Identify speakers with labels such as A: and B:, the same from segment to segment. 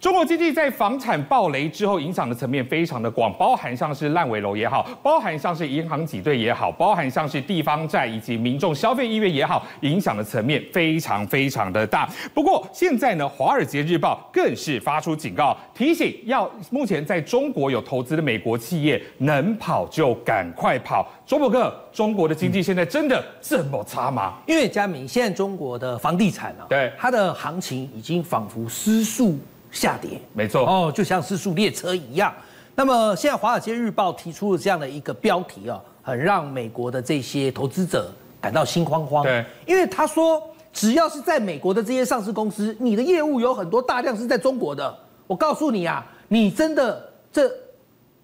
A: 中国经济在房产暴雷之后，影响的层面非常的广，包含像是烂尾楼也好，包含像是银行挤兑也好，包含像是地方债以及民众消费意愿也好，影响的层面非常非常的大。不过现在呢，《华尔街日报》更是发出警告，提醒要目前在中国有投资的美国企业能跑就赶快跑。周博克，中国的经济现在真的这么差吗？
B: 因为佳明，现在中国的房地产啊，
A: 对
B: 它的行情已经仿佛失速下跌，
A: 没错
B: 哦，就像失速列车一样。那么现在《华尔街日报》提出了这样的一个标题啊，很让美国的这些投资者感到心慌慌。
A: 对
B: 因为他说，只要是在美国的这些上市公司，你的业务有很多大量是在中国的，我告诉你啊，你真的这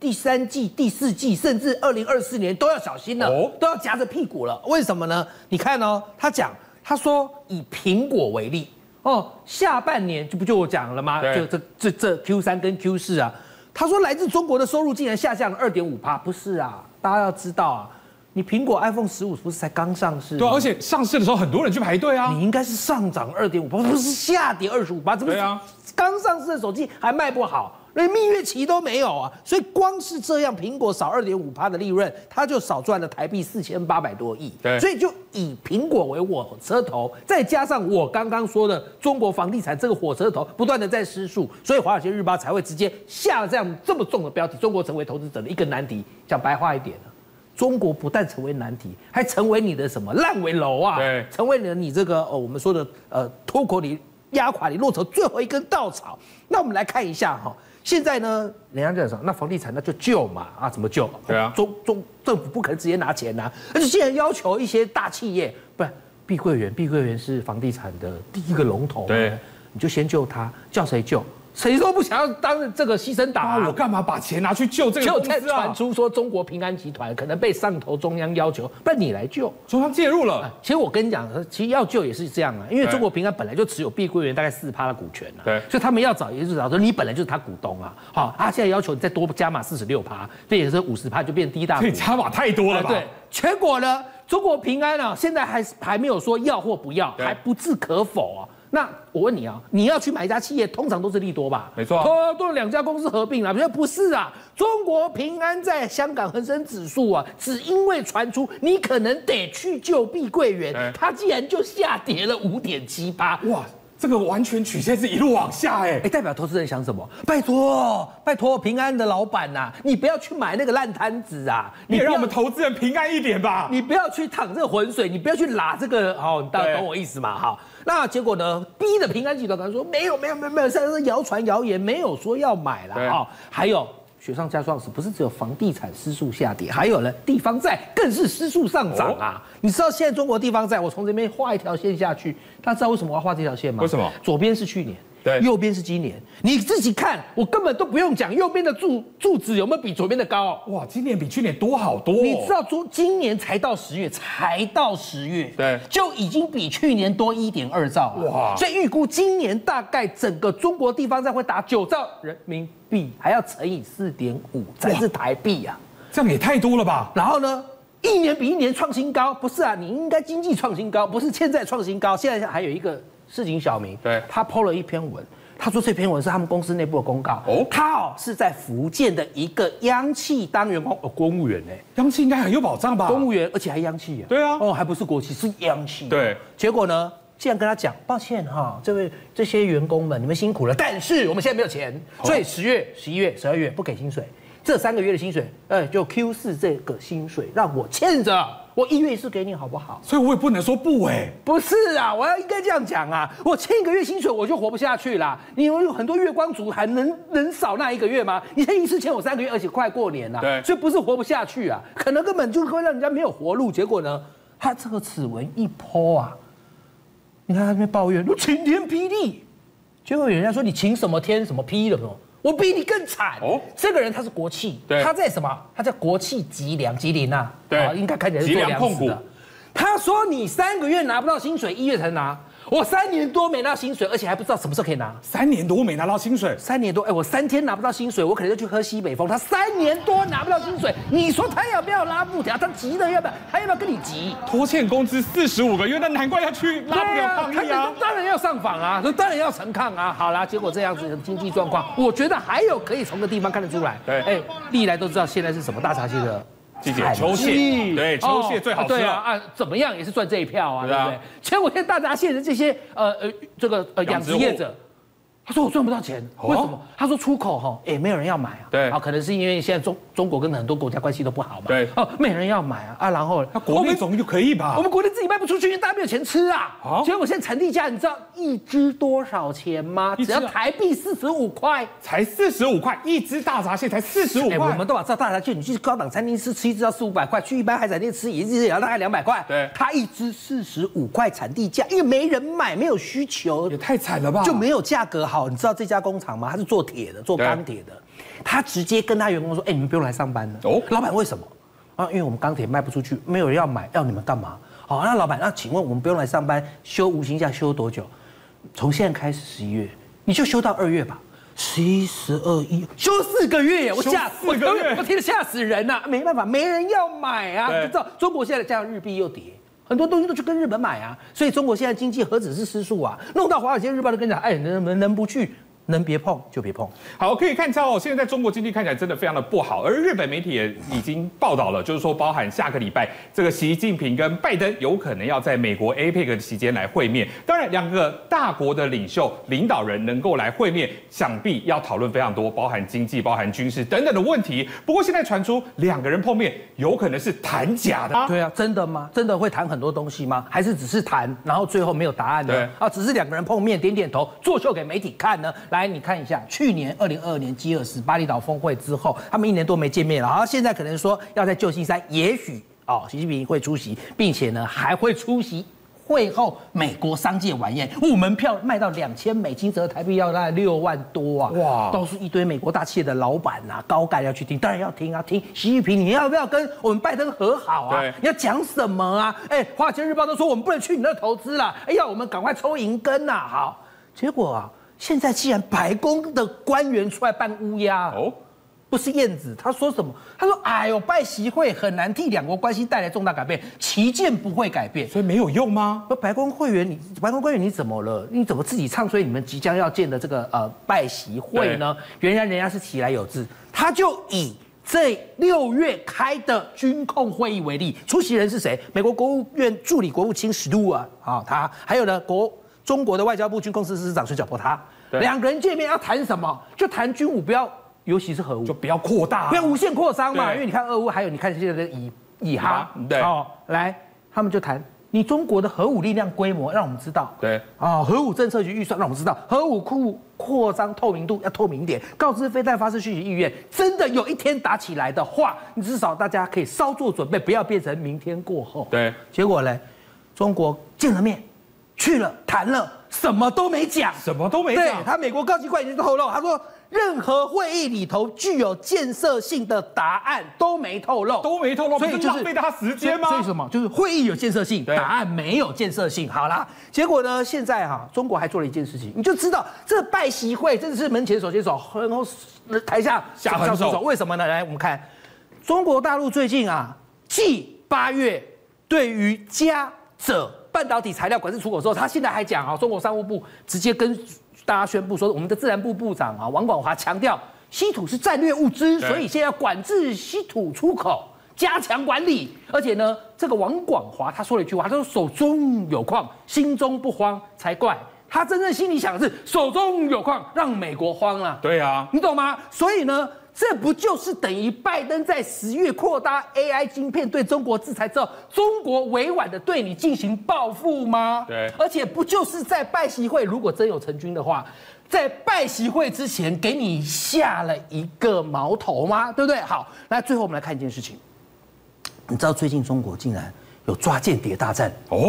B: 第三季、第四季，甚至二零二四年都要小心了，
A: 哦
B: 都要夹着屁股了。为什么呢？你看哦，他讲，他说以苹果为例，哦，下半年这不就我讲了吗？
A: 对
B: 就这这这 Q 三跟 Q 四啊，他说来自中国的收入竟然下降了二点五趴，不是啊？大家要知道啊，你苹果 iPhone 十五不是才刚上市吗？
A: 对啊，而且上市的时候很多人去排队啊。
B: 你应该是上涨二点五八，不是下跌二十五八，怎么
A: 对啊
B: 刚上市的手机还卖不好，连蜜月期都没有啊！所以光是这样，苹果少二点五八的利润，它就少赚了台币四千八百多亿。
A: 对
B: 所以就以苹果为火车头，再加上我刚刚说的中国房地产这个火车头不断的在失速，所以《华尔街日报》才会直接下了这样这么重的标题：中国成为投资者的一个难题。讲白话一点呢、中国不但成为难题，还成为你的什么烂尾楼啊？
A: 对
B: 成为了你这个呃我们说的呃脱口你压垮你骆驼最后一根稻草。那我们来看一下哈、现在呢，人家在说那房地产那就救嘛啊，怎么救？
A: 对啊
B: 中中政府不可能直接拿钱呐、而且现在要求一些大企业，不然碧桂园，碧桂园是房地产的第一个龙头，啊
A: 对，
B: 你就先救它，叫谁救？谁都不想要当这个牺牲党、啊
A: 啊，我干嘛把钱拿去救这个
B: 就
A: 公
B: 在
A: 司啊
B: 传？出说中国平安集团可能被上头中央要求，不然你来救。
A: 中央介入了
B: 啊，其实我跟你讲，其实要救也是这样啊，因为
A: 对
B: 中国平安本来就持有碧桂园大概四趴的股权啊，
A: 对
B: 所以他们要找也就是找说你本来就是他股东啊，好，他现在要求你再多加码四十六趴，这也是五十趴就变第哎一大股
A: 这。加码太多了吧？
B: 哎对，结果呢，中国平安啊，现在还是还没有说要或不要，
A: 对
B: 还不置可否啊。那我问你啊，你要去买一家企业，通常都是利多吧？
A: 没错啊
B: 哦，都两家公司合并了，不是不是啊？中国平安在香港恒生指数啊，只因为传出你可能得去救碧桂
A: 对
B: 园，它竟然就下跌了五点七八，
A: 哇，这个完全曲线是一路往下哎、
B: 哎，代表投资人想什么？拜托，拜托，平安的老板呐、你不要去买那个烂摊子啊！
A: 你也
B: 不要
A: 哎让我们投资人平安一点吧。
B: 你不要去淌这个浑水，你不要去拉这个，好、你大
A: 对
B: 懂我意思嘛？哈，那结果呢？逼的平安集团刚说没有，没有，没有，没有，现在是谣传谣言，没有说要买了
A: 对
B: 哈、还有雪上加霜，是不是只有房地产失速下跌，还有呢，地方债更是失速上涨
A: 哦
B: 啊！你知道现在中国地方债，我从这边画一条线下去，大家知道为什么我要画这条线吗？
A: 为什么
B: 左边是去年。
A: 对
B: 右边是今年，你自己看，我根本都不用讲，右边的柱柱子有没有比左边的高？
A: 哇，今年比去年多好多、哦。
B: 你知道昨今年才到十月，才到十月，
A: 对
B: 就已经比去年多一点二兆了。
A: 哇
B: 哇！所以预估今年大概整个中国地方债会达九兆人民币，还要乘以四点五才是台币啊。
A: 这样也太多了吧？
B: 然后呢，一年比一年创新高，不是啊？你应该经济创新高，不是欠债创新高。现在还有一个市井小民，
A: 对
B: 他 PO 了一篇文，他说这篇文是他们公司内部的公告。
A: 哦
B: 哦，他哦是在福建的一个央企当员工，哦，公务员呢、
A: 央企应该很有保障吧？
B: 公务员，而且还央企啊。
A: 对啊
B: 哦，还不是国企，是央企。
A: 对。
B: 结果呢，竟然跟他讲，抱歉哈、这位这些员工们，你们辛苦了，但是我们现在没有钱，
A: 哦
B: 所以十月、十一月、十二月不给薪水，这三个月的薪水，哎，就 Q 四这个薪水让我欠着，我一月一次给你好不好？
A: 所以我也不能说不哎、
B: 不是啊，我要应该这样讲啊，我欠一个月薪水我就活不下去啦。你有很多月光族还能能少那一个月吗？你现在一次欠我三个月，而且快过年了、啊
A: 对
B: 所以不是活不下去啊，可能根本就会让人家没有活路。结果呢，他这个此文一泼啊，你看他那边抱怨，晴天霹雳，结果有人家说你晴什么天什么霹了什么，我比你更惨。
A: 哦
B: 哦，这个人他是国企，
A: 对
B: 他在什么？他在国企吉良吉林啊，
A: 对
B: 哦应该看起来是
A: 吉
B: 做
A: 良
B: 粮
A: 控
B: 食
A: 股
B: 的。他说你三个月拿不到薪水，一月才拿。我三年多没拿薪水，而且还不知道什么时候可以拿。
A: 三年多没拿到薪水，
B: 三年多，哎，我三天拿不到薪水，我可能就去喝西北风。他三年多拿不到薪水，你说他要不要拉布条？他急了要不要？他要不要跟你急？
A: 拖欠工资四十五个月，那难怪要去拉不了抗议
B: 对
A: 啊
B: 哎他！当然要上访啊，这当然要陈抗啊。好啦，结果这样子的经济状况，我觉得还有可以从个地方看得出来。
A: 对
B: 哎，历来都知道现在是什么大闸蟹的。
A: 季节秋蟹对秋蟹最好吃了
B: 对啊啊，怎么样也是赚这一票啊，
A: 对
B: 对
A: 啊
B: 不对？结果现在大闸蟹的这些呃呃这个呃
A: 养
B: 养
A: 殖
B: 殖业
A: 户
B: 者，他说我赚不到钱，
A: 哦
B: 为什么？他说出口哈，哎，没有人要买啊。
A: 对
B: 啊，可能是因为现在中中国跟很多国家关系都不好嘛。
A: 对
B: 哦，没有人要买啊啊，然后
A: 那国
B: 我
A: 内
B: 们
A: 总就可以吧
B: 我？们国内自己卖不出去，因为大家没有钱吃啊。
A: 哦
B: 结果现在产地价，你知道一只多少钱吗？
A: 一只
B: 只
A: 啊
B: 要台币四十五块。
A: 才四十五块一只大闸蟹，才四十五
B: 哎，我
A: 块
B: 们。都把知道大闸蟹，你去高档餐厅吃，吃一只要四五百块，去一般海产店吃一只也要大概两百块。
A: 对
B: 它一只四十五块产地价，因为没人买，没有需求
A: 也，太惨了吧！
B: 就没有价格好。你知道这家工厂吗？它是做铁的，做
A: 对
B: 钢铁的。他直接跟他员工说：“哎、你们不用来上班了。”
A: 哦
B: 哦，老板为什么？啊，因为我们钢铁卖不出去，没有人要买，要你们干嘛？好，那老板，那请问我们不用来上班，休无薪假休多久？从现在开始十一月，你就休到二月吧。十一、十二、一，休四个月耶！我
A: 休
B: 吓
A: 四个月
B: 我我听得吓死人呐、没办法，没人要买啊！
A: 对
B: 你知道中国现在加上日币又跌，很多东西都去跟日本买啊，所以中国现在经济何止是失速啊，弄到华尔街日报都跟你讲，哎，能能能不去，能别碰就别碰。
A: 好，可以看到哦，现在中国经济看起来真的非常的不好，而日本媒体也已经报道了，就是说包含下个礼拜这个习近平跟拜登有可能要在美国 APEC 的期间来会面。当然，两个大国的领袖领导人能够来会面，想必要讨论非常多，包含经济、包含军事等等的问题。不过现在传出两个人碰面有可能是谈假的，
B: 对啊，真的吗？真的会谈很多东西吗？还是只是谈，然后最后没有答案呢？
A: 对
B: 啊，只是两个人碰面点点头，作秀给媒体看呢？来，你看一下，去年二零二二年 G 二十巴厘岛峰会之后，他们一年多没见面了，然后啊现在可能说要在旧金山，也许哦，习近平会出席，并且呢还会出席。会后，美国商界晚宴，五门票卖到两千美金，折合台币要大概六万多啊！
A: 哇
B: 哇，都是一堆美国大企业的老板呐、高干要去听，当然要听啊，听习近平，你要不要跟我们拜登和好啊？
A: 对
B: 你要讲什么啊？哎，《华尔街日报》都说我们不能去你那投资了，哎呀，我们赶快抽银根呐、好，结果啊，现在既然白宫的官员出来扮乌鸦，
A: 哦，
B: 不是燕子，他说什么？他说：“哎呦，拜习会很难替两国关系带来重大改变，旗舰不会改变。”
A: 所以没有用吗？
B: 不，白宫会员，你白宫官员你怎么了？你怎么自己唱衰你们即将要建的这个呃拜习会呢？原来人家是其来有志，他就以这六月开的军控会议为例，出席人是谁？美国国务院助理国务卿史杜尔啊，他还有呢国中国的外交部军控司司长孙晓波，他
A: 对
B: 两个人见面要谈什么？就谈军武，不要尤其是核武
A: 就，不要扩大啊、
B: 不要无限扩张嘛，
A: 对
B: 因为你看俄乌，还有你看现在的以以哈
A: 以哈，对
B: 哦，来，他们就谈你中国的核武力量规模，让我们知道，
A: 对
B: 啊、核武政策局预算让我们知道，核武库扩张透明度要透明一点，告知飞弹发射讯息意愿，真的有一天打起来的话，你至少大家可以稍作准备，不要变成明天过后。
A: 对，
B: 结果呢，中国见了面，去了谈了，什么都没讲，
A: 什么都没
B: 对
A: 讲。
B: 他，美国高级官员就透露，他说任何会议里头具有建设性的答案都没透露，
A: 都没透露
B: 所以
A: 不是
B: 就是
A: 浪费他时间吗
B: 所以所以什么？就是会议有建设性，
A: 对
B: 答案没有建设性。好啦，结果呢，现在哈、中国还做了一件事情，你就知道这拜习会真的是门前手牵手，然后台下
A: 下狠手
B: 出为什么呢？来，我们看中国大陆最近啊，继八月对于佳者半导体材料管制出口之后，他现在还讲啊，中国商务部直接跟大家宣布说，我们的自然部部长啊王广华强调，稀土是战略物资，
A: 对
B: 所以现在要管制稀土出口。加强管理，而且呢，这个王广华他说了一句话，他说手中有矿，心中不慌才怪。他真正心里想的是手中有矿，让美国慌了、
A: 对啊，
B: 你懂吗？所以呢，这不就是等于拜登在十月扩大 AI 晶片对中国制裁之后，中国委婉的对你进行报复吗？
A: 对
B: 而且不就是在拜习会，如果真有成军的话。在拜习会之前，给你下了一个矛头吗？对不对？好，那最后我们来看一件事情。你知道最近中国竟然有抓间谍大战，
A: 哦，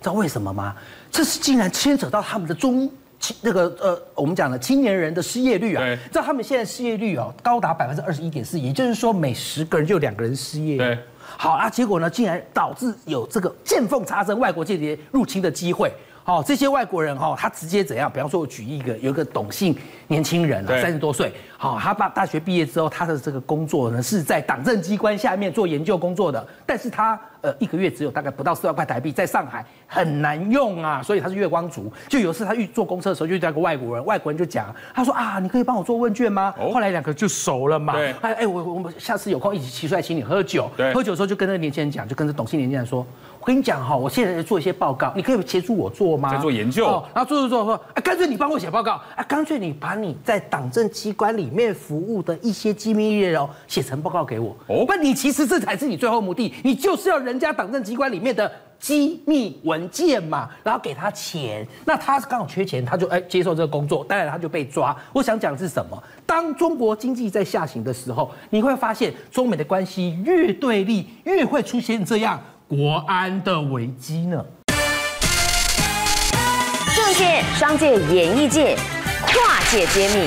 B: 知道为什么吗？这是竟然牵扯到他们的中青那个呃，我们讲的青年人的失业率啊
A: 对，
B: 知道他们现在失业率哦高达百分之二十一点四，也就是说每十个人就有两个人失业。
A: 对，
B: 好啊，结果呢，竟然导致有这个见缝插针外国间谍入侵的机会。好、这些外国人哈、他直接怎样？比方说，我举一个，有一个董姓年轻人啊，
A: 对
B: 三十多岁，好、他大大学毕业之后，他的这个工作呢是在党政机关下面做研究工作的，但是他呃一个月只有大概不到四万块台币，在上海很难用啊，所以他是月光族。就有一次他遇坐公车的时候，就遇到一个外国人，外国人就讲，他说啊，你可以帮我做问卷吗？
A: 哦
B: 后来两个就熟了嘛，
A: 对
B: 哎哎，我我们下次有空一起骑出来请你喝酒。
A: 对
B: 喝酒的时候就跟那个年轻人讲，就跟着董姓年轻人说，我跟你讲哈、我现在在做一些报告，你可以协助我做吗？
A: 在做研究
B: 哦然后做做做说，啊，干脆你帮我写报告，啊，干脆你把你在党政机关里面服务的一些机密内容写成报告给我。
A: 哦
B: 哦，那你其实这才是你最后目的，你就是要人家党政机关里面的。机密文件嘛，然后给他钱，那他刚好缺钱，他就哎接受这个工作，当然他就被抓。我想讲的是什么？当中国经济在下行的时候，你会发现中美的关系越对立，越会出现这样国安的危机呢。
C: 政界、商界、演艺界，跨界揭秘